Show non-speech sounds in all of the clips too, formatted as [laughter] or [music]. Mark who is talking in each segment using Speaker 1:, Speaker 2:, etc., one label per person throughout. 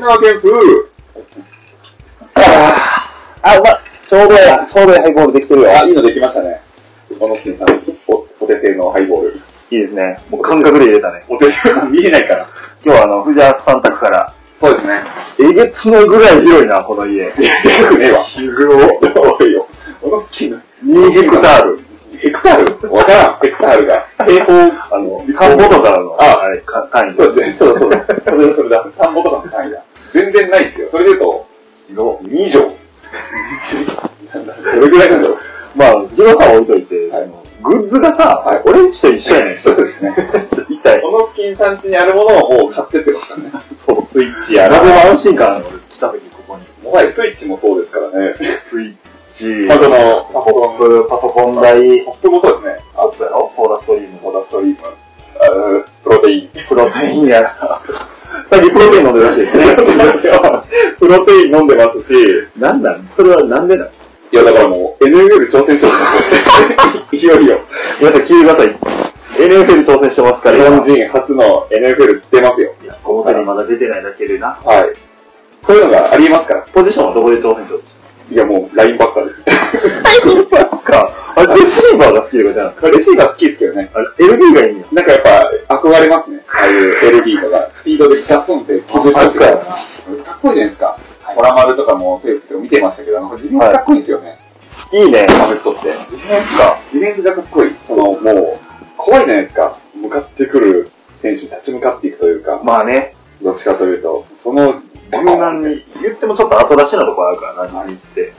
Speaker 1: の点数、
Speaker 2: あ、うまい。ちょうどや、ちょうどやハイボールできてるよ。
Speaker 1: あ、いいのできましたね。小野助さん、おお手製のハイボール。
Speaker 3: いいですね。もう感覚で入れたね。
Speaker 1: お手製が見えないから。
Speaker 3: 今日はあの、藤原さん宅から、
Speaker 1: そうですね。
Speaker 3: えげつないぐらい広いな、この家。
Speaker 1: よくねえわ。お多いよ。小野助の。
Speaker 3: 2ヘクタール。
Speaker 1: ヘクタールわからん。ヘクタールが。平方、
Speaker 3: あの、田んぼとかの、
Speaker 1: あ
Speaker 3: あれ、か単位
Speaker 1: そうですね。そうだそうだ。それだそれだ。田んぼとかの単位だ。全然ないですよ。それで言うと、2畳。どれぐらいなんだろう。
Speaker 3: まあ、広さは置いといて、
Speaker 1: はい
Speaker 3: その、グッズがさ、
Speaker 1: はい
Speaker 3: 俺んちと一緒やねん。
Speaker 1: そうですね。
Speaker 3: 一体、
Speaker 1: 小野助さん家にあるものをもう買ってってますからね。
Speaker 3: そう、スイッ
Speaker 1: チやら
Speaker 3: 謎の安心感ある俺来た時ここに。
Speaker 1: もはやスイッチもそうですからね。
Speaker 3: スイッチ、
Speaker 1: あとの、パ
Speaker 3: パ
Speaker 1: ソ
Speaker 3: ソ
Speaker 1: コ
Speaker 3: コ
Speaker 1: ン
Speaker 3: ン、パソコン台、
Speaker 1: コップもそうですね。
Speaker 3: あったやろソーダストリーム。
Speaker 1: ソーダストリーム、あープロテイン。
Speaker 3: プロテインやら。最近プロテイン飲んでるらしいですね。
Speaker 1: [laughs] プロテイン飲んでますし、い
Speaker 3: [laughs] なんなんそれはなんでなん
Speaker 1: やだからもう NLL 挑戦して [laughs] ます。いよいよ、
Speaker 3: 皆さん聞いてください。NFL 挑戦してますから、
Speaker 1: 日本
Speaker 3: 今。
Speaker 1: 人初の NFL 出ますよ。
Speaker 3: いや、この手にまだ出てないだけでな。
Speaker 1: はい。こういうのがありえますから。
Speaker 3: ポジションはどこで挑戦しようとし
Speaker 1: いやもう、ラインバッカーです。
Speaker 3: たか、あれ、レシーバーが好きでこれじゃなく
Speaker 1: レシーバー好きですけどね。
Speaker 3: あれ、LB がいいんや。
Speaker 1: なんかやっぱ、憧れますね。ああいう LB とか、スピードでガッソンって削ったっていうのがかっこいいじゃないですか。ホラマルとかもセーフとか見てましたけど、あのディフェンスかっこいいんですよね。
Speaker 3: いいね。
Speaker 1: パフェットって。ディフェンスか。ディフェンスがかっこいい。その、もう、怖いじゃないですか。向かってくる選手に立ち向かっていくというか、
Speaker 3: まあね、
Speaker 1: どっちかというと、その、
Speaker 3: 柔軟に言ってもちょっと後出しなとこあるからな、ニーズって。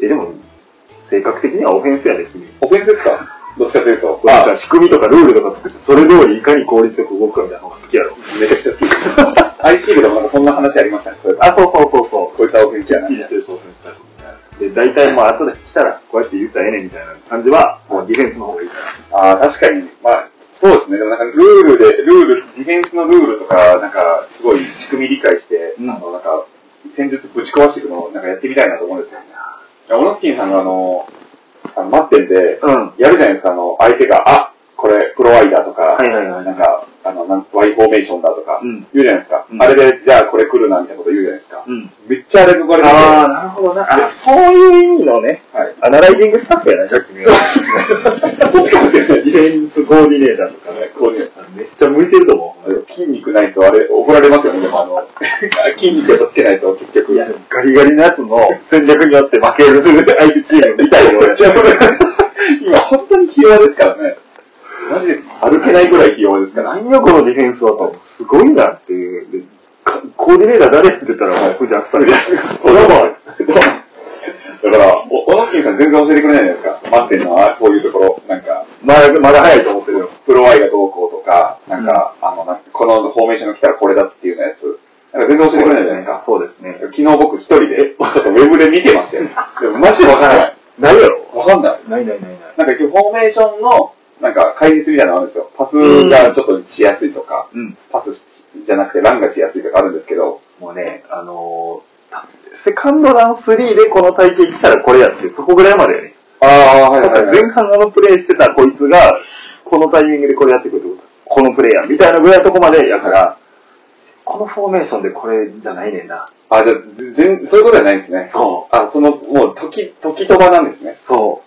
Speaker 3: え、でも、性格的にはオフェンスやで、君。
Speaker 1: オフェンスですかどっちかというと、
Speaker 3: なんか仕組みとかルールとか作って、それ通りいかに効率よく動くかみたいな方が好きやろ。
Speaker 1: めちゃくちゃ好き [laughs] です。アイシールドもなんかそんな話ありましたね。それ
Speaker 3: あ、そうそうそうそう。
Speaker 1: こいつはオフェンス
Speaker 3: キ
Speaker 1: や
Speaker 3: ッ
Speaker 1: な
Speaker 3: チ。リしてる人オフェンスタイプみたいな。で、大体もう後で来たら、こうやって言ったらええねんみたいな感じは、もうディフェンスの方がいいから。
Speaker 1: ああ、確かに、まあ、そうですね。でもなんか、ルールで、ルール、ディフェンスのルールとか、なんか、すごい仕組み理解して、
Speaker 3: うん
Speaker 1: あの、なんか、戦術ぶち壊していくのを、なんかやってみたいなと思うんですよね。いやオノスキンさんがあの、あの待ってんで、
Speaker 3: うん。
Speaker 1: やるじゃないですか、あの、相手が、あ、これ、プロワイダーとか、
Speaker 3: はいはいはい
Speaker 1: なんか、あの、なん Y フォーメーションだとか、
Speaker 3: うん。
Speaker 1: 言うじゃないですか。
Speaker 3: うん
Speaker 1: あれで、じゃあこれ来るな、みたいなこと言うじゃないですか。
Speaker 3: うん。
Speaker 1: めっちゃあれ憧れてて
Speaker 3: ああ、なるほどな。あ、そういう意味のね、
Speaker 1: はい。
Speaker 3: アナライジングスタッフやな、じゃあ君は。
Speaker 1: そっちかもしれない。
Speaker 3: ディフェンスコーディネーターとか。
Speaker 1: こうね、
Speaker 3: めっちゃ向いてると思う。
Speaker 1: 筋肉ないとあれ、怒られますよね、でもあの、 [laughs] 筋肉やっぱつけないと結局。
Speaker 3: いや、でもガリガリのやつの戦略によって負ける相手チームみたいよ、 [laughs] 俺。
Speaker 1: じゃあ今本当に器用ですからね。マジで歩けないぐらい器用ですから。
Speaker 3: 何よ、このディフェンスはと。すごいなっていう。でかコーディネーター誰って言ったら、もう、藤原さん。これは
Speaker 1: だから、お小野スキンさん全然教えてくれないじゃないですか。待ってるのは、そういうところ。なんか、
Speaker 3: まだ、まだ早いと思ってるよ。
Speaker 1: プロアイがどうこうとか、なんか、あの、なんかこのフォーメーションが来たらこれだっていうようなやつ。なんか全然教えてくれないじゃないですか。
Speaker 3: そうですね。
Speaker 1: 昨日僕一人で、ちょっとウェブで見てましたよ。でもマジでわからない。
Speaker 3: ないやろ
Speaker 1: わかんない。
Speaker 3: ないないないない。
Speaker 1: なんか一応フォーメーションの、なんか解説みたいなのあるんですよ。パスがちょっとしやすいとか、
Speaker 3: うん。
Speaker 1: パスしじゃなくてランがしやすいとかあるんですけど、
Speaker 3: もうね、あのーたセカンドダウン3でこの体型来たらこれやって、そこぐらいまでやね。
Speaker 1: ああ、は
Speaker 3: だから前半あのプレイしてたこいつが、このタイミングでこれやってくるってことこのプレイヤーみたいなぐらいのとこまでやから、このフォーメーションでこれじゃないねんな。
Speaker 1: あ、じゃあ、全、そういうことじゃないんですね。
Speaker 3: そ
Speaker 1: あ、その、もう、時、時と場なんですね
Speaker 3: う。。そ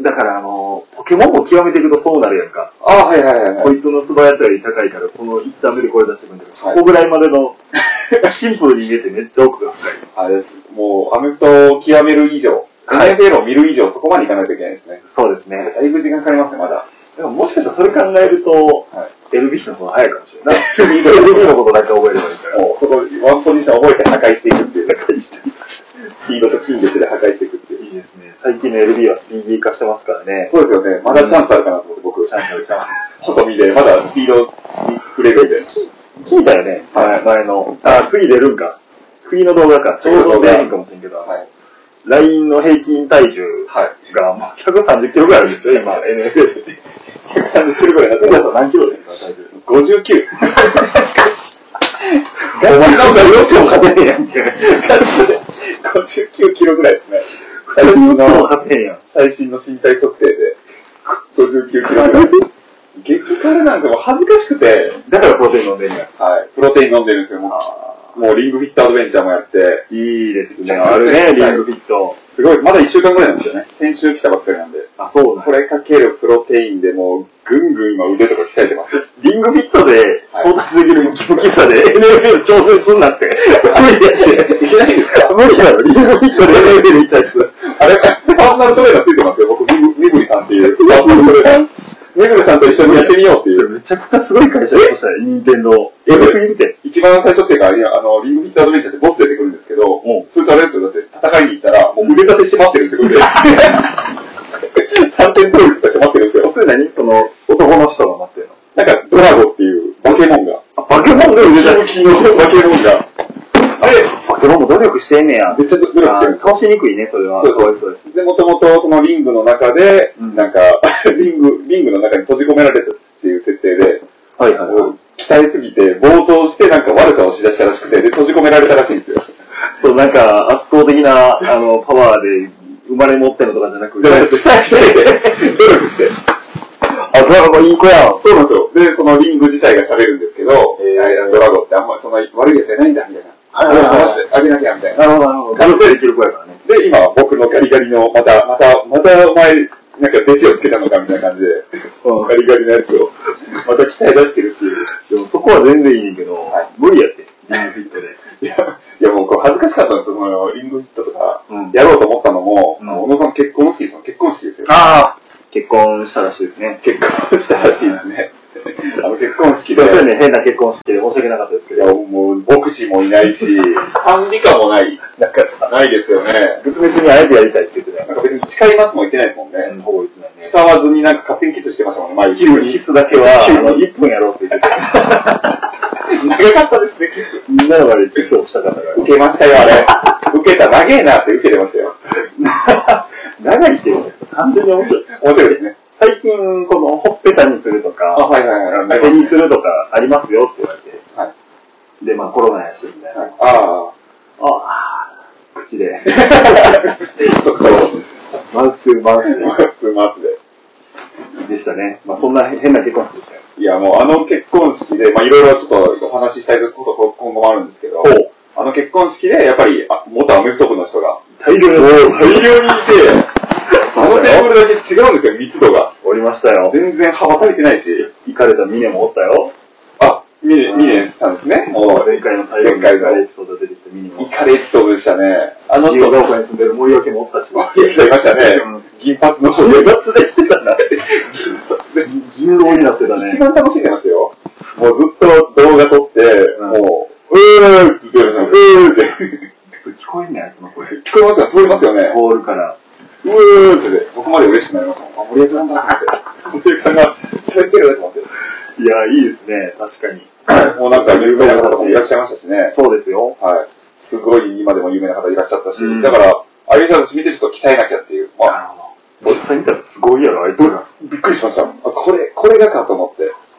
Speaker 3: う。だからあのーポケモンを極めていくとそうなるやんか。
Speaker 1: あはいはいはい、
Speaker 3: こいつの素早さより高いから、この1段目でこれ出してくるんだけど、そこぐらいまでの、シンプルに見えてめっちゃ奥が深い。
Speaker 1: あれもう、アメフトを極める以上、
Speaker 3: はい
Speaker 1: NFL を見る以上、そこまでいかないといけないですね。
Speaker 3: そうですね。
Speaker 1: だいぶ時間かかりますね、まだ。
Speaker 3: でももしかしたらそれ考えると、
Speaker 1: は
Speaker 3: LB の方が早いかもしれない。LB のことだけ覚えればいいから。
Speaker 1: もう、そこ、ワンポジション覚えて破壊していくっていう。 [laughs] 破壊してスピードと筋力で破壊していくっていう。
Speaker 3: いいですね。最近の LB はスピーディー化してますからね。
Speaker 1: そうですよね。まだチャンスあるかなと思って、僕。
Speaker 3: チャンスあるチャン
Speaker 1: 細身で、まだスピードに触れるみたいな。
Speaker 3: 聞いたよね、
Speaker 1: はい
Speaker 3: 前前の。あ、次出るんか。次の動画か。ちょうど出るんかもしれんけど、
Speaker 1: はい。
Speaker 3: LINE の平均体重
Speaker 1: はい。
Speaker 3: がもう130キロぐらいあるんですよ、 [laughs] 今、NFL で。
Speaker 1: 130キロぐらいになってま
Speaker 3: 皆
Speaker 1: す
Speaker 3: さん何キロですか、体重。
Speaker 1: 59。
Speaker 3: お前なんかよっても勝てねえやん [laughs] け。
Speaker 1: 59キロぐらいですね。
Speaker 3: 最
Speaker 1: 最
Speaker 3: 近
Speaker 1: 新
Speaker 3: の
Speaker 1: の、
Speaker 3: 勝てねえやん。
Speaker 1: 最新の身体測定で、59キロぐらい。激辛なんてもう恥ずかしくて、
Speaker 3: だからプロテイン飲んでんやん。
Speaker 1: はい、プロテイン飲んでるんですよ、もう。もうリングフィットアドベンチャーもやって、
Speaker 3: いいです
Speaker 1: ね
Speaker 3: ね。あるね、リングフィット。
Speaker 1: すごいです。まだ1週間ぐらいなんですよね。先週来たばっかりなんで。
Speaker 3: あ、そうな
Speaker 1: これかけるプロテインでもう、ぐんぐん今腕とか鍛えてます。
Speaker 3: リングフィットで、
Speaker 1: はい
Speaker 3: 到達できるムキムキさで NLL を挑戦すんなって。無理やって。
Speaker 1: いけないんですか
Speaker 3: 無理だろ、リングフィットで NLL 行ったやつ。
Speaker 1: あれ、パーソナルトレーナーついてますよ。僕、みみぶりさんっていう。パーソナルトレーナー。みぶりさんと一緒にやってみようっていう。
Speaker 3: めちゃくちゃすごい会社だとしたら、任天堂。エグすぎて。
Speaker 1: 一番最初っていうか、いや、あの、リングフィットアドベンチャーってボス出てくるんですけど、
Speaker 3: うん
Speaker 1: それとあれですよ、だって戦いに行ったら、もう腕立てして待ってるんですよ、腕。3点ト [laughs] リックとかして待ってるんですよ。
Speaker 3: それ何その、男の人が待ってるの。
Speaker 1: なんか、ドラゴっていう化け物が、
Speaker 3: あ、バケモンが腕だ。
Speaker 1: 金の化け物が、
Speaker 3: バケモンも努力してんねや。
Speaker 1: めっちゃ努力してるんですよ。
Speaker 3: 倒しにくいね、それは。
Speaker 1: そうそう
Speaker 3: そうです。
Speaker 1: で、もともとそのリングの中で、
Speaker 3: うん
Speaker 1: なんか、 [laughs] リング、リングの中に閉じ込められたっていう設定で、
Speaker 3: はいはいは
Speaker 1: も
Speaker 3: い。
Speaker 1: う鍛えすぎて暴走してなんか悪さをしだしたらしくて、で、閉じ込められたらしいんですよ。
Speaker 3: そう、なんか、圧倒的な、あの、パワーで、生まれ持ってのとかじゃなく
Speaker 1: じゃなくて、努力して。
Speaker 3: [laughs] あ、ドラゴンいい子やん。
Speaker 1: そうなんですよ。で、そのリング自体が喋るんですけど、
Speaker 3: へー
Speaker 1: あれドラゴンってあんまりそんな悪いやつじゃないんだ、みたいな。
Speaker 3: はい
Speaker 1: あ
Speaker 3: はい
Speaker 1: れ
Speaker 3: はい
Speaker 1: 話してあげなきゃ、みたいな。
Speaker 3: なるほど、なるほど。ガルテできる子やからね。
Speaker 1: で、今、僕のガリガリの、また、また、またお前、なんか弟子をつけたのか、みたいな感じで、
Speaker 3: うん
Speaker 1: ガリガリのやつを、 [laughs] また鍛え出してるっていう。
Speaker 3: でもそこは全然いいねんけど、
Speaker 1: はい
Speaker 3: 無理やって、リングフィットで。
Speaker 1: いや、いやもうこれ恥ずかしかったんですよ、その、リングヒットとか、
Speaker 3: うん
Speaker 1: やろうと思ったのも、
Speaker 3: うん
Speaker 1: あの小野さん結婚式ですよ、結婚式ですよ。
Speaker 3: ああ結婚したらしいですね。
Speaker 1: 結婚したらしいです [laughs] ね。あの、結婚式
Speaker 3: そ
Speaker 1: で
Speaker 3: う。ですね、変な結婚して申し訳なかったですけ
Speaker 1: いや、
Speaker 3: ど。
Speaker 1: もう、牧師もいないし、管理官もない。
Speaker 3: なかった。
Speaker 1: ないですよね。
Speaker 3: 仏滅にあえてやりたいって言ってた
Speaker 1: なんか別に誓いますも言ってないですもんね。
Speaker 3: よね。ほぼ言ってないね。
Speaker 1: 誓わずになんか勝手にキスしてましたもんね、前
Speaker 3: キス、キスだけは、
Speaker 1: 急に
Speaker 3: あの、1分やろうって言ってた。
Speaker 1: 長かったですね、キス。
Speaker 3: みんなの前でキスをしたかったから。
Speaker 1: 受けましたよ、あれ。受けた、長えなって受けてましたよ。
Speaker 3: 長いっていうね、単純に面白い。
Speaker 1: 面白いですね。
Speaker 3: 最近、この、ほっぺたにすると
Speaker 1: あ、
Speaker 3: か、
Speaker 1: はいはいはい。
Speaker 3: あれにするとかありますよって言われて。
Speaker 1: は
Speaker 3: で、まあコロナやし、みたいな。
Speaker 1: はいあ
Speaker 3: ああ、口で。 [laughs]
Speaker 1: あ、 [laughs] そこ、
Speaker 3: マウスとマウス
Speaker 1: マスマスで。
Speaker 3: で。でしたね。まあそんな変な結婚式でしたよ。
Speaker 1: いや、もうあの結婚式で、まあいろいろちょっとお話ししたいこと、今後もあるんですけど、
Speaker 3: う。
Speaker 1: あの結婚式で、やっぱり、あ元アメフト部の人が、
Speaker 3: 大量に。
Speaker 1: 大量にいて、 [laughs] あのテーブルだけ違うんですよ、密度が。
Speaker 3: おりましたよ。
Speaker 1: 全然羽ばたいてないし、
Speaker 3: 行かれたミネもおったよ。
Speaker 1: あ、ミネ、
Speaker 3: うん
Speaker 1: ミネさんですね。もう、
Speaker 3: 前回の最後に
Speaker 1: 前回の
Speaker 3: エピソードで出てきたミネ
Speaker 1: イ
Speaker 3: も。
Speaker 1: カレエピソードでしたね。あ
Speaker 3: あ
Speaker 1: の
Speaker 3: の
Speaker 1: 人
Speaker 3: 人
Speaker 1: が、
Speaker 3: が岡に住んでる森脇もおったし。
Speaker 1: い人いましたね
Speaker 3: うん。
Speaker 1: 銀髪の人
Speaker 3: 銀
Speaker 1: で。
Speaker 3: 髪で言ってたんだ。銀狼になってた
Speaker 1: 一
Speaker 3: ね。
Speaker 1: 番楽しんでましたよ。もうずっと動画撮って、
Speaker 3: ん
Speaker 1: もう、うーって言ってました。うーって。
Speaker 3: ちょっと聞こえんねん、あいつの声。通
Speaker 1: 聞こえますよ、通りますよね。
Speaker 3: るから。
Speaker 1: うーってで、僕まで嬉しくなりましたもん。あ、森脇さんだと思って。 [laughs] 森脇さんが喋ってるなと思って。
Speaker 3: いや、いいですね、確かに。
Speaker 1: [laughs] もうなんか有名な方もいらっしゃいましたしね。
Speaker 3: そうですよ。
Speaker 1: はい。すごい今でも有名な方いらっしゃったし、
Speaker 3: うん
Speaker 1: だから、ああいう人たち見てちょっと鍛えなきゃっていう。まあ、
Speaker 3: るほど。実際見たらすごいやろ、あいつが。
Speaker 1: びっくりしました。あこれ、これがかと思って。
Speaker 3: そうそ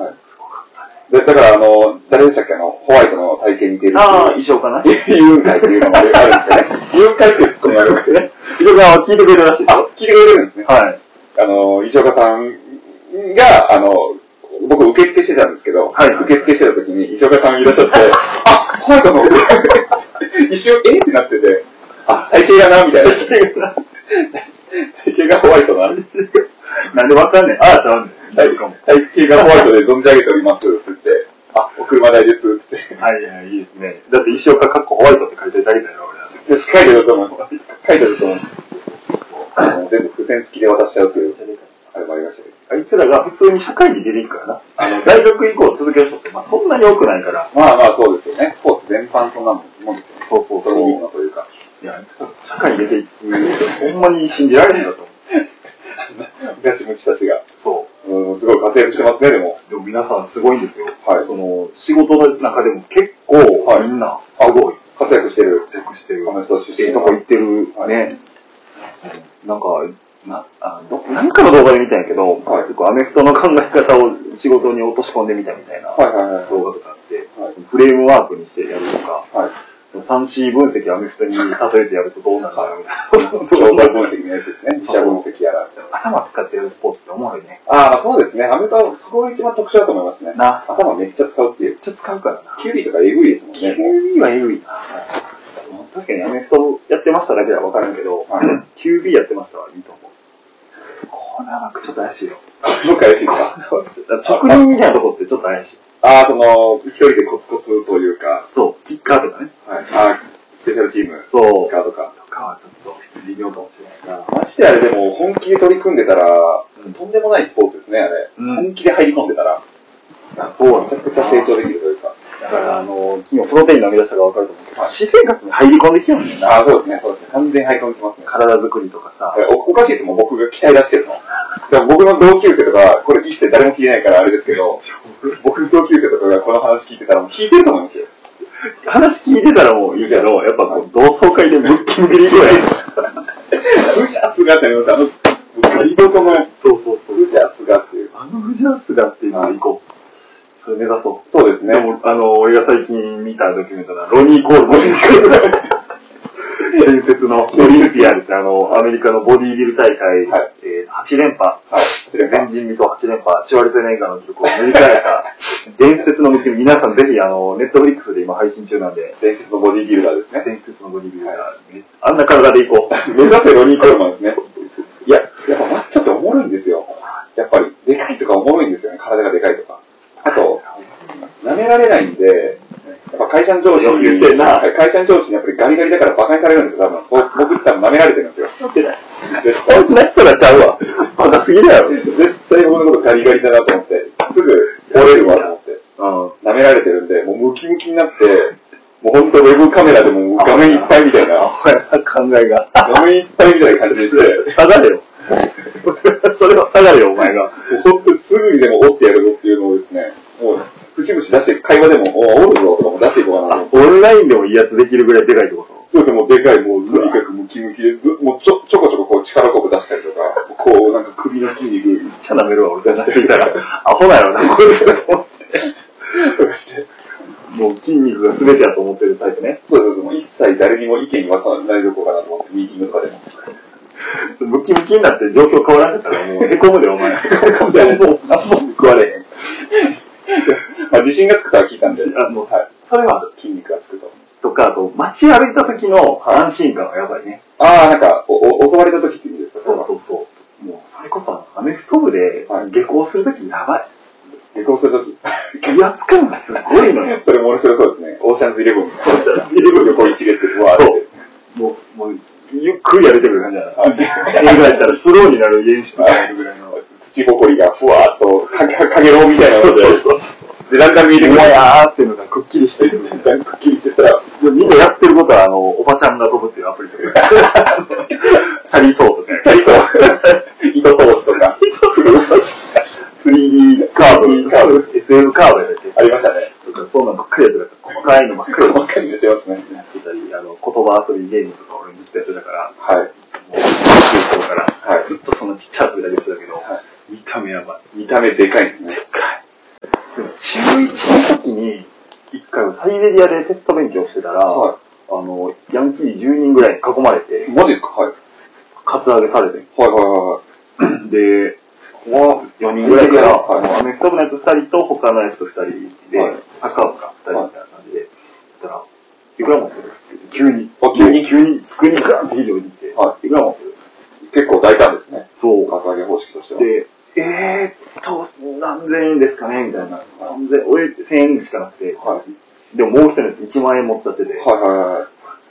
Speaker 3: う
Speaker 1: は
Speaker 3: すごかったね。
Speaker 1: い。で、だから、あの、誰でしたっけあの、ホワイトの体型に似てる
Speaker 3: ああ、衣装かな
Speaker 1: っていう、誘拐っていうのもあるんですかね。
Speaker 3: [laughs]
Speaker 1: 誘拐っていうツッコミあるんですね。
Speaker 3: 衣装が聞いてくれるらしいです
Speaker 1: あ
Speaker 3: よ。、
Speaker 1: 聞いてくれてるんですね。
Speaker 3: はい。
Speaker 1: あの、石岡さんが、あの、僕受付してたんですけど、
Speaker 3: はいはい
Speaker 1: 受付してた時に石岡さんいらっしゃって、あ、ホワイトの、 [laughs] 一瞬、えってなってて、あ、体型がな、みたいな。体型がホワイトな。
Speaker 3: なんでわかんねん。ああ、ちゃうねん。衣装かも。
Speaker 1: 体型がホワイトで存じ上げておりますって言って、あ、お車代ですって言って。
Speaker 3: はいはい、いいですね。だって衣装かかっこホワイトって書いてるだけだよ、俺は。
Speaker 1: で書いてると思いました。書いてると思いました。もう全部付箋付きで渡しちゃうという、あれもありましたけど。
Speaker 3: あいつらが普通に社会に出ていくからな。あの、大学以降続ける人って、まあそんなに多くないから。
Speaker 1: まあまあそうですよね。スポーツ全般そんなもんですよね。
Speaker 3: そうそう
Speaker 1: そういう
Speaker 3: そう。
Speaker 1: のというか。
Speaker 3: いや、あいつら社会に出ていく、ほんまに信じられへんだと思う。
Speaker 1: ガチムチたちが。
Speaker 3: そ
Speaker 1: うん、すごい活躍してますね、でも。
Speaker 3: う。でも皆さんすごいんですよ。
Speaker 1: はい
Speaker 3: その、仕事の中でも結構、
Speaker 1: はい
Speaker 3: みんな、すごい。
Speaker 1: 活躍してる。
Speaker 3: 活躍してる
Speaker 1: こ。の人出身
Speaker 3: え
Speaker 1: の
Speaker 3: えとこ行ってる
Speaker 1: はい
Speaker 3: ね。なんか、な、あどなんかの動画で見たんやけど、
Speaker 1: はい
Speaker 3: 結構アメフトの考え方を仕事に落とし込んでみたみたいな
Speaker 1: はいはいはい。
Speaker 3: 動画とかあって、
Speaker 1: はい
Speaker 3: そのフレームワークにしてやるとか、
Speaker 1: はい。
Speaker 3: 3C 分析アメフトに例えてやるとどうなるかなみたい
Speaker 1: 動
Speaker 3: な動
Speaker 1: 画
Speaker 3: 画
Speaker 1: 分析のやつですね。自社分析やら。
Speaker 3: 頭使ってやるスポーツっておもろいね。
Speaker 1: ああ、そうですね。アメフト、そこが一番特徴だと思いますね。
Speaker 3: な、
Speaker 1: 頭めっちゃ使うっていう。
Speaker 3: めっちゃ使うからな。
Speaker 1: キュウリとかエグいですもんね。
Speaker 3: はエグいな。確かにアメフトやってましただけでは分からんけど、
Speaker 1: は
Speaker 3: QB やってましたはいいと思う。コーナーバックちょっと怪しいよ。
Speaker 1: 僕怪しいか。
Speaker 3: 職人みたいなとこってちょっと怪しい。
Speaker 1: ああ、その、一人でコツコツというか、
Speaker 3: そう、キッカーとかね。
Speaker 1: はい。あースペシャルチーム、
Speaker 3: そう。
Speaker 1: カードか。
Speaker 3: とかはちょっと微妙かもしれないな。
Speaker 1: ましてあれでも、本気で取り組んでたら、とんでもないスポーツですね、あれ。
Speaker 3: うん
Speaker 1: 本気で入り込んでたら、
Speaker 3: あそう
Speaker 1: めちゃくちゃ成長できるというか。
Speaker 3: だから、あの、次のプロテインの編み出したが分かると思うけど、
Speaker 1: はい
Speaker 3: 私生活に入り込んできよんねんな。
Speaker 1: ああ、そうですね、そうですね。完全に入り込んできますね。
Speaker 3: 体作りとかさ。
Speaker 1: おおかしいですもん、僕が期待出してるの。でも僕の同級生とか、これ一切誰も聞いてないからあれですけど、僕の同級生とかがこの話聞いてたら、もう聞いてると思い [laughs] ますよ。
Speaker 3: 話 [laughs] 聞いてたらもう言うけど、やっぱこう、同窓会でムッキムキにいくぐらい。
Speaker 1: フジャスがってあります、あの、僕の移動その、
Speaker 3: そうそうそう
Speaker 1: フジャスがっていう。
Speaker 3: あのフジャスがっていうので行こう。それ目指そう。
Speaker 1: そうです
Speaker 3: で
Speaker 1: ね。
Speaker 3: も、あの、俺が最近見たドキュメントだ、ロニー・コールマン。伝説のオリンピアですね。あの、アメリカのボディービル大会、
Speaker 1: はい
Speaker 3: えー8連覇。
Speaker 1: はい。失礼し
Speaker 3: 前
Speaker 1: ます。
Speaker 3: 人未到8連覇、シュワルツェネッガーの記録を塗り替えた、伝説のムキムキ、皆さんぜひ、あの、ネットフリックスで今配信中なんで、
Speaker 1: 伝説のボディービルダーです
Speaker 3: [laughs]
Speaker 1: ね。
Speaker 3: 伝説のボディビルダー、あんな体でいこ [laughs] う。
Speaker 1: 目指せロニー・コールマンですね。いや、やっぱマッチョっておもろいんですよ。やっぱり、でかいとかおもろいんですよね。体がでかいとか。あと、舐められないんで、やっぱ会社の上司に、
Speaker 3: 言ってんな
Speaker 1: はい会社の上司にやっぱりガリガリだから馬鹿にされるんですよ、多分。僕僕多分舐められてるんですよ。絶対、
Speaker 3: そんな人がちゃうわ。バカすぎだよ。うん。
Speaker 1: 絶対僕のことガリガリだなと思って、すぐ折れるわと思って、舐められてるんで、もうムキムキになって、もう本当ウェブカメラでもう画面いっぱいみたい
Speaker 3: ア
Speaker 1: な、
Speaker 3: ホやな、考えが。
Speaker 1: 画面いっぱいみたいな感じにして、
Speaker 3: 下がれよ。それは下がれよ、お前が。
Speaker 1: ほんとすぐにでも折ってやるぞっていうのをですね、もう、節々出して、会話でも、お折るぞとかも出していこうかなと思
Speaker 3: あ
Speaker 1: って。
Speaker 3: オンラインでもいいやつできるぐらいでかいってこと
Speaker 1: そうですね、もうでかい、もう、とにかくムキムキで、ずもうちょ、ちょこちょここう力こぶ出したりとか、こう、なんか首の筋肉
Speaker 3: めっちゃ舐めるわ、俺絶対見たら。アホだよな、こいつだと思って。
Speaker 1: とかして。
Speaker 3: もう筋肉が全てだと思ってるタイプね。
Speaker 1: そうそうそう、もう一切誰にも意見言わさないでおこうかなと思って、ミーティングとかでも。
Speaker 3: ムキムキになって状況変わらんかったらもう凹むで、お前。凹むで、もう、あ、もう食われへん。
Speaker 1: まあ、自信がつくとは聞いたんで、
Speaker 3: あもう
Speaker 1: はい、
Speaker 3: それはある。
Speaker 1: 筋肉がつくと。
Speaker 3: とか、あと、街歩いた時の安心感はやばいね。
Speaker 1: ああ、なんか、お、お襲われた時って意味ですか
Speaker 3: そうそうそう。もう、それこそ、アメフト部で
Speaker 1: はい
Speaker 3: 下校するときやば
Speaker 1: う。離婚する時。
Speaker 3: い。威圧感がすごいのよ。
Speaker 1: それも面白そうですね。オーシャンズイレブンみたいな。横一列で、うわーって。
Speaker 3: もう、もう、ゆっくり歩いてくる感じだな。
Speaker 1: はい
Speaker 3: 映画やったらスローになる演出があるぐらいの。
Speaker 1: 土ぼこりがふわーっと、かげ、かげろうみたいなので、
Speaker 3: そう。
Speaker 1: で、だんだん見えてく
Speaker 3: も
Speaker 1: る。
Speaker 3: やーっていうのがくっきりしてくる。
Speaker 1: だんだんくっきりしてたら、
Speaker 3: みんなやってることは、あの、おばちゃんが飛ぶっていうアプリとか。チャリソーとか。
Speaker 1: 体操、
Speaker 3: [laughs]
Speaker 1: 糸通しとか、
Speaker 3: 3D カーブ、
Speaker 1: 3D カーブ
Speaker 3: SF カーブやって
Speaker 1: ありましたね。
Speaker 3: とか、そんなんばっかりやってたから、細かいのばっかり
Speaker 1: ばっかり出てますね。
Speaker 3: やってたり、あの、言葉遊びゲームとか俺ずっとやってたから、
Speaker 1: はい。
Speaker 3: もう、中高から
Speaker 1: はい。
Speaker 3: ずっとそのちっちゃい遊びだけしてたけど、
Speaker 1: は
Speaker 3: 見た目やばい。
Speaker 1: 見た目でかいですね。
Speaker 3: でも中1の時に、一回サイベリアでテスト勉強してたら、
Speaker 1: は
Speaker 3: あの、ヤンキー10人ぐらいに囲まれて
Speaker 1: い。、マジですかはい。
Speaker 3: カツアゲされてん
Speaker 1: はいはいはいはい。
Speaker 3: で、
Speaker 1: 怖っ
Speaker 3: 4人ぐらいから、
Speaker 1: はい
Speaker 3: もうアメフト部のやつ2人と他のやつ2人で、
Speaker 1: はい
Speaker 3: サッカー部か2人みたいな感じで、やったら、いくら持ってるって急に
Speaker 1: あ、急に
Speaker 3: 急に机にガーンって非常に来て、、
Speaker 1: はい
Speaker 3: くら持ってる
Speaker 1: 結構大胆ですね。
Speaker 3: そう
Speaker 1: お。かさげ方式としては。
Speaker 3: で、えーっと、何千円ですかねみたいな。三千俺、1000円しかなくて、
Speaker 1: はい。
Speaker 3: でももう一人のやつ1万円持っちゃってて、
Speaker 1: はいはいは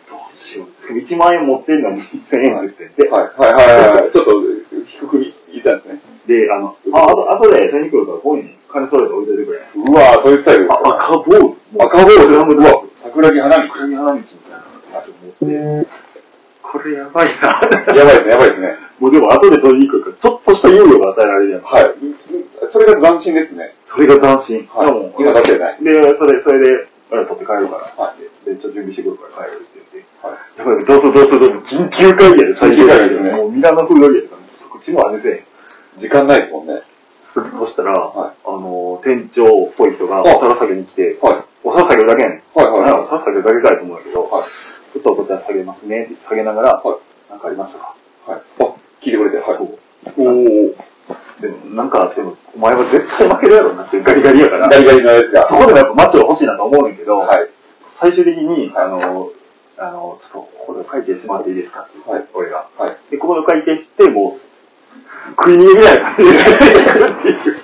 Speaker 3: どうしよう。しかも1万円持ってんのに1000円って言って、
Speaker 1: い。はいはいはいはい。ちょっと、低く見いたんですね。
Speaker 3: で、あの、あ、あと、あとで手に来るから、こういうに金揃えて置いといてくれ。
Speaker 1: うわーそういうスタイルです
Speaker 3: あ、
Speaker 1: か
Speaker 3: 赤坊主。
Speaker 1: 赤坊主
Speaker 3: スラムドラゴン。
Speaker 1: 桜木花道。
Speaker 3: 桜木花道みたいなやつを持って、これやばいな。
Speaker 1: やばいですね、やばいですね。
Speaker 3: もうでも後で取りに来るから、ちょっとした猶予が与えられるやん。
Speaker 1: はい。それが斬新ですね。
Speaker 3: それが斬新。
Speaker 1: はい
Speaker 3: でも、
Speaker 1: 今だけじゃない。
Speaker 3: で、それ、それで、俺取って帰るから、
Speaker 1: は
Speaker 3: で、ちょっと準備してくるから帰るって言って、
Speaker 1: はい
Speaker 3: やばい、どうぞどうぞどうぞ、緊急会議やで、最
Speaker 1: 緊急
Speaker 3: 近
Speaker 1: 会議ですね
Speaker 3: もうミラノ風ドリアとか、こっちも味せえへん。
Speaker 1: 時間ないですもんね。
Speaker 3: すぐ、そしたら、
Speaker 1: は
Speaker 3: あのー、店長っぽい人が、お皿下げに来て、
Speaker 1: はい。
Speaker 3: お皿下げるだけやねん。
Speaker 1: はいはい
Speaker 3: なんか
Speaker 1: は
Speaker 3: お皿下げるだけかいと思うんだけど、
Speaker 1: はい
Speaker 3: ちょっとこちら下げますねって下げながら、
Speaker 1: は
Speaker 3: なんかありましたか、
Speaker 1: い。はい。あ、聞いてくれてる。はい。
Speaker 3: そう。でも、なんかあっても、お前は絶対負けるやろなって、ガリガリやから。
Speaker 1: ガリガリのやつが。
Speaker 3: そこでもやっぱマッチョが欲しいなと思うねんだけど、
Speaker 1: はい。
Speaker 3: 最終的に、
Speaker 1: はい
Speaker 3: あの、あの、ちょっと、ここで会計してもらっていいですかって言って、俺が。
Speaker 1: はい
Speaker 3: で、ここで会計して、もう、食い逃げぐらいの感じで帰ってく
Speaker 1: [laughs]
Speaker 3: るっていう。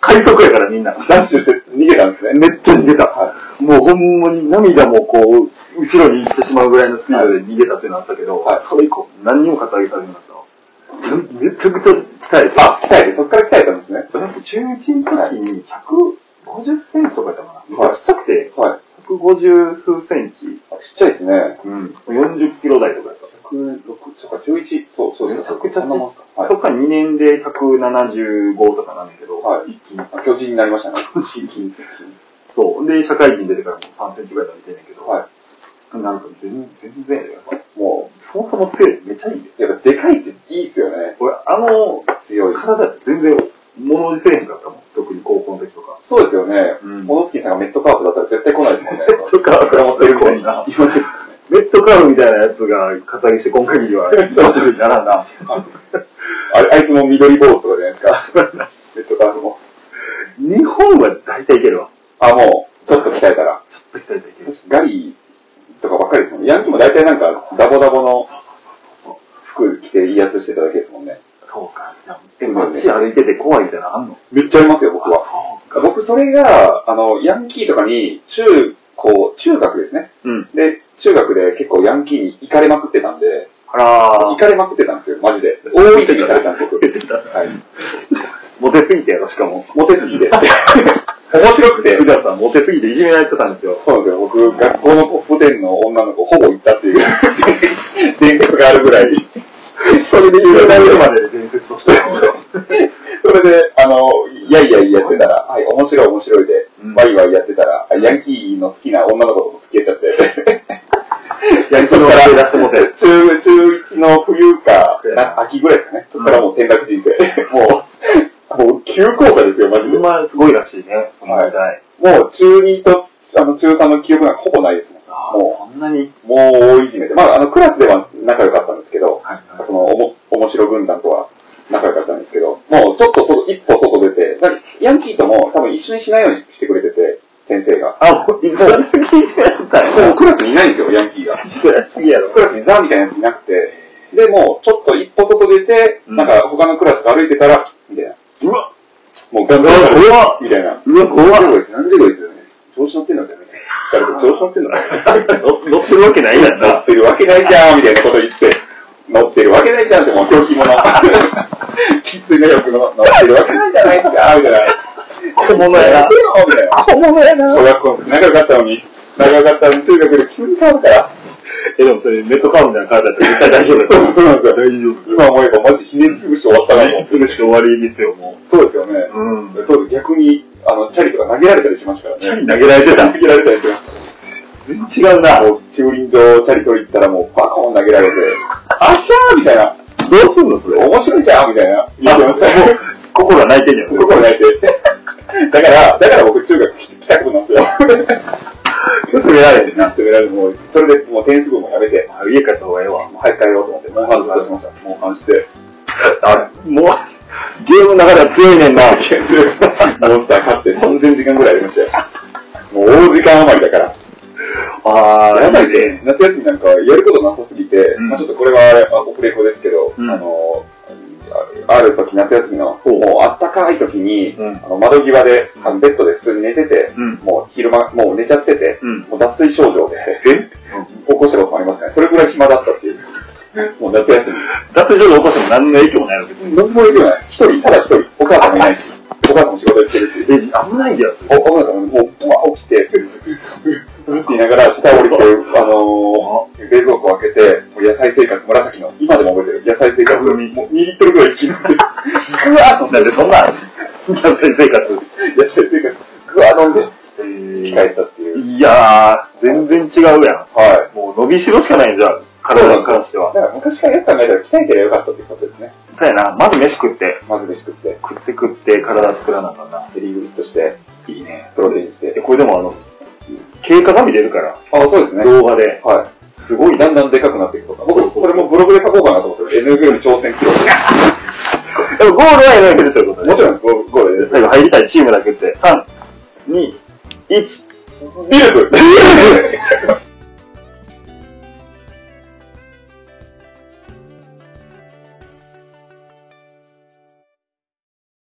Speaker 3: 快速やからみんな。
Speaker 1: ダッシュして逃げたんですね。
Speaker 3: めっちゃ逃げた。
Speaker 1: は
Speaker 3: もうほんまに涙もこう、後ろに行ってしまうぐらいのスピードで逃げたってなったけど、
Speaker 1: はい
Speaker 3: それ以降、何にも肩上げされなかったわちゃんめちゃくちゃ鍛えて。
Speaker 1: あ、鍛えて、そっから鍛えたんですね。
Speaker 3: だって中1の時に150センチとかやったかな。めっちゃちっちゃくて、
Speaker 1: はい。
Speaker 3: 150数センチ。
Speaker 1: あちっちゃいですね。
Speaker 3: うん。40キロ台とかやった。
Speaker 1: 106、そうか、11。そう、そう
Speaker 3: めちゃくちゃ
Speaker 1: そんなもんすか。はい
Speaker 3: そっから2年で175とかなんだけど、
Speaker 1: はい
Speaker 3: 一気に。
Speaker 1: あ。巨人になりましたね。
Speaker 3: そう。で、社会人出てからもう3センチぐらい伸びてんだけど、
Speaker 1: は
Speaker 3: なんか全全然やで、やっぱ
Speaker 1: も
Speaker 3: そもそも強い。めっちゃいいで。
Speaker 1: う、やっぱでかいっていいですよね。
Speaker 3: 俺、あの、
Speaker 1: 強い。
Speaker 3: 体って全然物おじせえへんかったもん。特に高校の時とか。
Speaker 1: そうですよね。
Speaker 3: うん
Speaker 1: モノスキーさんがメットカープだったら絶対来ないですもんね。
Speaker 3: そっか、これ持ってる
Speaker 1: こ
Speaker 3: こ
Speaker 1: ん
Speaker 3: んな。
Speaker 1: 言わないですもんね。
Speaker 3: レッドカードみたいなやつが活躍して今回には、そうにならんな。
Speaker 1: あれ、あいつも緑坊主とかじゃないですか。メットカープも。
Speaker 3: 日本は大体いけるわ。
Speaker 1: あ、もう、ちょっと鍛えたら。
Speaker 3: ちょっと鍛えていける。
Speaker 1: ガリとかばっかりですもんね。ヤンキーも大体なんか、ダボダボの
Speaker 3: そうそうそうそう。
Speaker 1: 服着て威圧してただけですもんね。
Speaker 3: そうか、じゃあ、え、街歩いてて怖いみたいなのあんの
Speaker 1: めっちゃいますよ、僕は。
Speaker 3: そう。
Speaker 1: 僕、それが、あの、ヤンキーとかに、中高、中学ですね。
Speaker 3: うん。
Speaker 1: で、中学で結構ヤンキーに行かれまくってたんで、
Speaker 3: あら
Speaker 1: 行
Speaker 3: ー。
Speaker 1: かれまくってたんですよ、マジで。大いじめされたんです、僕。はい。
Speaker 3: モテすぎてやろ、しかも。
Speaker 1: モテすぎて。面白くて
Speaker 3: 藤。田さん、モテすぎていじめられてたんですよ。
Speaker 1: そうなんですよ。僕、学校のトップ10の女の子ほぼ行ったって [laughs] いう伝説があるぐらい。それで
Speaker 3: いじめられる
Speaker 1: で。
Speaker 3: までで伝説としてたんですよ。
Speaker 1: それで、あの、いやいやいやってたら、はい、面白い面白いで、
Speaker 3: うん
Speaker 1: ワイワイやってたら、あヤンキーの好きな女の子とも付き合っちゃって、
Speaker 3: やりきの笑い出してもて。
Speaker 1: [laughs] 中、中1の冬か、な秋ぐらいですかね。そこからもう転落人生。もう、もう急降下ですよ、マジで。
Speaker 3: ほん
Speaker 1: も
Speaker 3: ますごいらしいね、その時代。
Speaker 1: う中2と、あの、中3の記憶なんかほぼないですもん。
Speaker 3: あ
Speaker 1: もう
Speaker 3: ーそんなに。
Speaker 1: もう大いじめで。まあ、あの、クラスでは仲良かったんですけど、
Speaker 3: はい
Speaker 1: その、おも、面白軍団とは仲良かったんですけど、もうちょっと外、一歩外出て、なんかヤンキーとも多分一緒にしないようにしてくれてて、先生が。
Speaker 3: あ、もう、そんなにいじめられたん
Speaker 1: もう
Speaker 3: や。
Speaker 1: クラスにいないんですよ、ヤンキーが。
Speaker 3: いじめられすぎやろ。
Speaker 1: クラスにザーみたいなやついなくて、で、もうちょっと一歩外出て、
Speaker 3: うん
Speaker 1: なんか他のクラスが歩いてたら、みたいな。
Speaker 3: うわ、
Speaker 1: もうガン
Speaker 3: う
Speaker 1: ガ
Speaker 3: わ
Speaker 1: ン、歩いて
Speaker 3: 怖っ。
Speaker 1: みたいな。
Speaker 3: うわ、怖
Speaker 1: 何時
Speaker 3: い。
Speaker 1: こいつ、何時こいつ、調子乗ってんのかよみたいな。誰か調子乗ってんのかよ
Speaker 3: 乗ってるわけないやん
Speaker 1: 乗
Speaker 3: な
Speaker 1: っ。てるわけないじゃんみたいなこと言って、乗ってるわけないじゃんって、もう狂気者。 [laughs] きついね、よくの乗ってるわけないじゃないですか、みたいな。
Speaker 3: 小物やな
Speaker 1: てよ、みたいな。
Speaker 2: 小物やな
Speaker 1: 小学校、仲良かったのに、仲良かったのに中学で急に変わるから。
Speaker 3: え、でもそれ、ネットカーブみたいな体だったら絶対大丈夫です
Speaker 1: そうそうなんですよ。
Speaker 3: 大丈夫。
Speaker 1: 今思えばマジひねりつぶして終わったな、もう。
Speaker 3: すぐしか終わりですよ、も
Speaker 1: そうですよね。
Speaker 3: う。うん。
Speaker 1: 当時逆に、あの、チャリとか投げられたりしましたからね。
Speaker 3: チャリ投げられてた
Speaker 1: 投。げられたりしました。
Speaker 3: 全然違うな。ど
Speaker 1: もう駐輪場チャリ取り行ったらもうバコーン投げられて、あちゃーみたいな。
Speaker 3: うすんの、それ。
Speaker 1: 面白いじゃんみたいな。言
Speaker 3: あ、
Speaker 1: って
Speaker 3: も
Speaker 1: ま
Speaker 3: う
Speaker 1: した。、
Speaker 3: 心が泣いてんや
Speaker 1: ここ泣いて。だから、だから僕中学帰宅部なんですよ。
Speaker 3: ろ。すめられへんな。
Speaker 1: それでもう、それでもう点数部もやめて、
Speaker 3: 家帰った方がええわ。
Speaker 1: もう早く帰ろうと思って、モンハンずっとしてました。モンハンして、
Speaker 3: あれ、もう、ゲームの中では強いねんな。
Speaker 1: モンスター勝って3000時間ぐらいありましたよ。もう大時間余りだから。
Speaker 3: あー、
Speaker 1: やばい
Speaker 3: ね。
Speaker 1: ね。夏休みなんかやることなさすぎて、
Speaker 3: ん
Speaker 1: まあちょっとこれはあオフレコですけど、
Speaker 3: うん
Speaker 1: あの、あある時夏休みの、
Speaker 3: ほう
Speaker 1: もうあったかい時に、
Speaker 3: うん
Speaker 1: あの窓際で、あのベッドで普通に寝てて、
Speaker 3: うん
Speaker 1: もう昼間、もう寝ちゃってて、
Speaker 3: うん
Speaker 1: もう脱水症状で、起こしたこともありますね。それぐらい暇だったっていう。もう夏休み。
Speaker 3: 脱衣所で起こしても何の影響もないわけです。
Speaker 1: 何もいるよない。一人、ただ一人。お母さんもいないし、お母さんも仕事行ってるし。
Speaker 3: え、危ないやつ。
Speaker 1: おお母さんももう、ブワー起きて、うんって言いながら下降りて、あのー、冷蔵庫開けて、もう野菜生活、紫の、今でも覚えてる。野菜生活、もう2リットルぐらい一気に飲んで、
Speaker 3: うわなんでそんな、脱衣生活。
Speaker 1: 野菜生活、ぐわー飲んで、
Speaker 3: えー
Speaker 1: 帰ったっていう。
Speaker 3: いやー、全然違うやん。
Speaker 1: は
Speaker 3: もう伸びしろしかないんじゃん、体に関して
Speaker 1: だ
Speaker 3: は。
Speaker 1: から昔からよく考えたら鍛えてりゃよかったっていうことですね。
Speaker 3: そうやな、まず飯食って、
Speaker 1: まず飯食って、
Speaker 3: 食って食って体作らなあかんな。
Speaker 1: ヘリグリットして、
Speaker 3: いいね。
Speaker 1: プロテインして。
Speaker 3: え、これでもあの、経過が見れるから、
Speaker 1: あ、そうですね。
Speaker 3: 動画で。
Speaker 1: はい。
Speaker 3: すごいな。
Speaker 1: だんだんでかくなっていくとか。僕、
Speaker 3: そうそう
Speaker 1: それもブログで書こうかなと思ってる、NFL 挑戦記録。
Speaker 3: でもゴールは描けるということで。
Speaker 1: もちろんです、ゴールゴールで。
Speaker 3: 最後入りたいチームだけって、3、2、1。
Speaker 1: ビルズ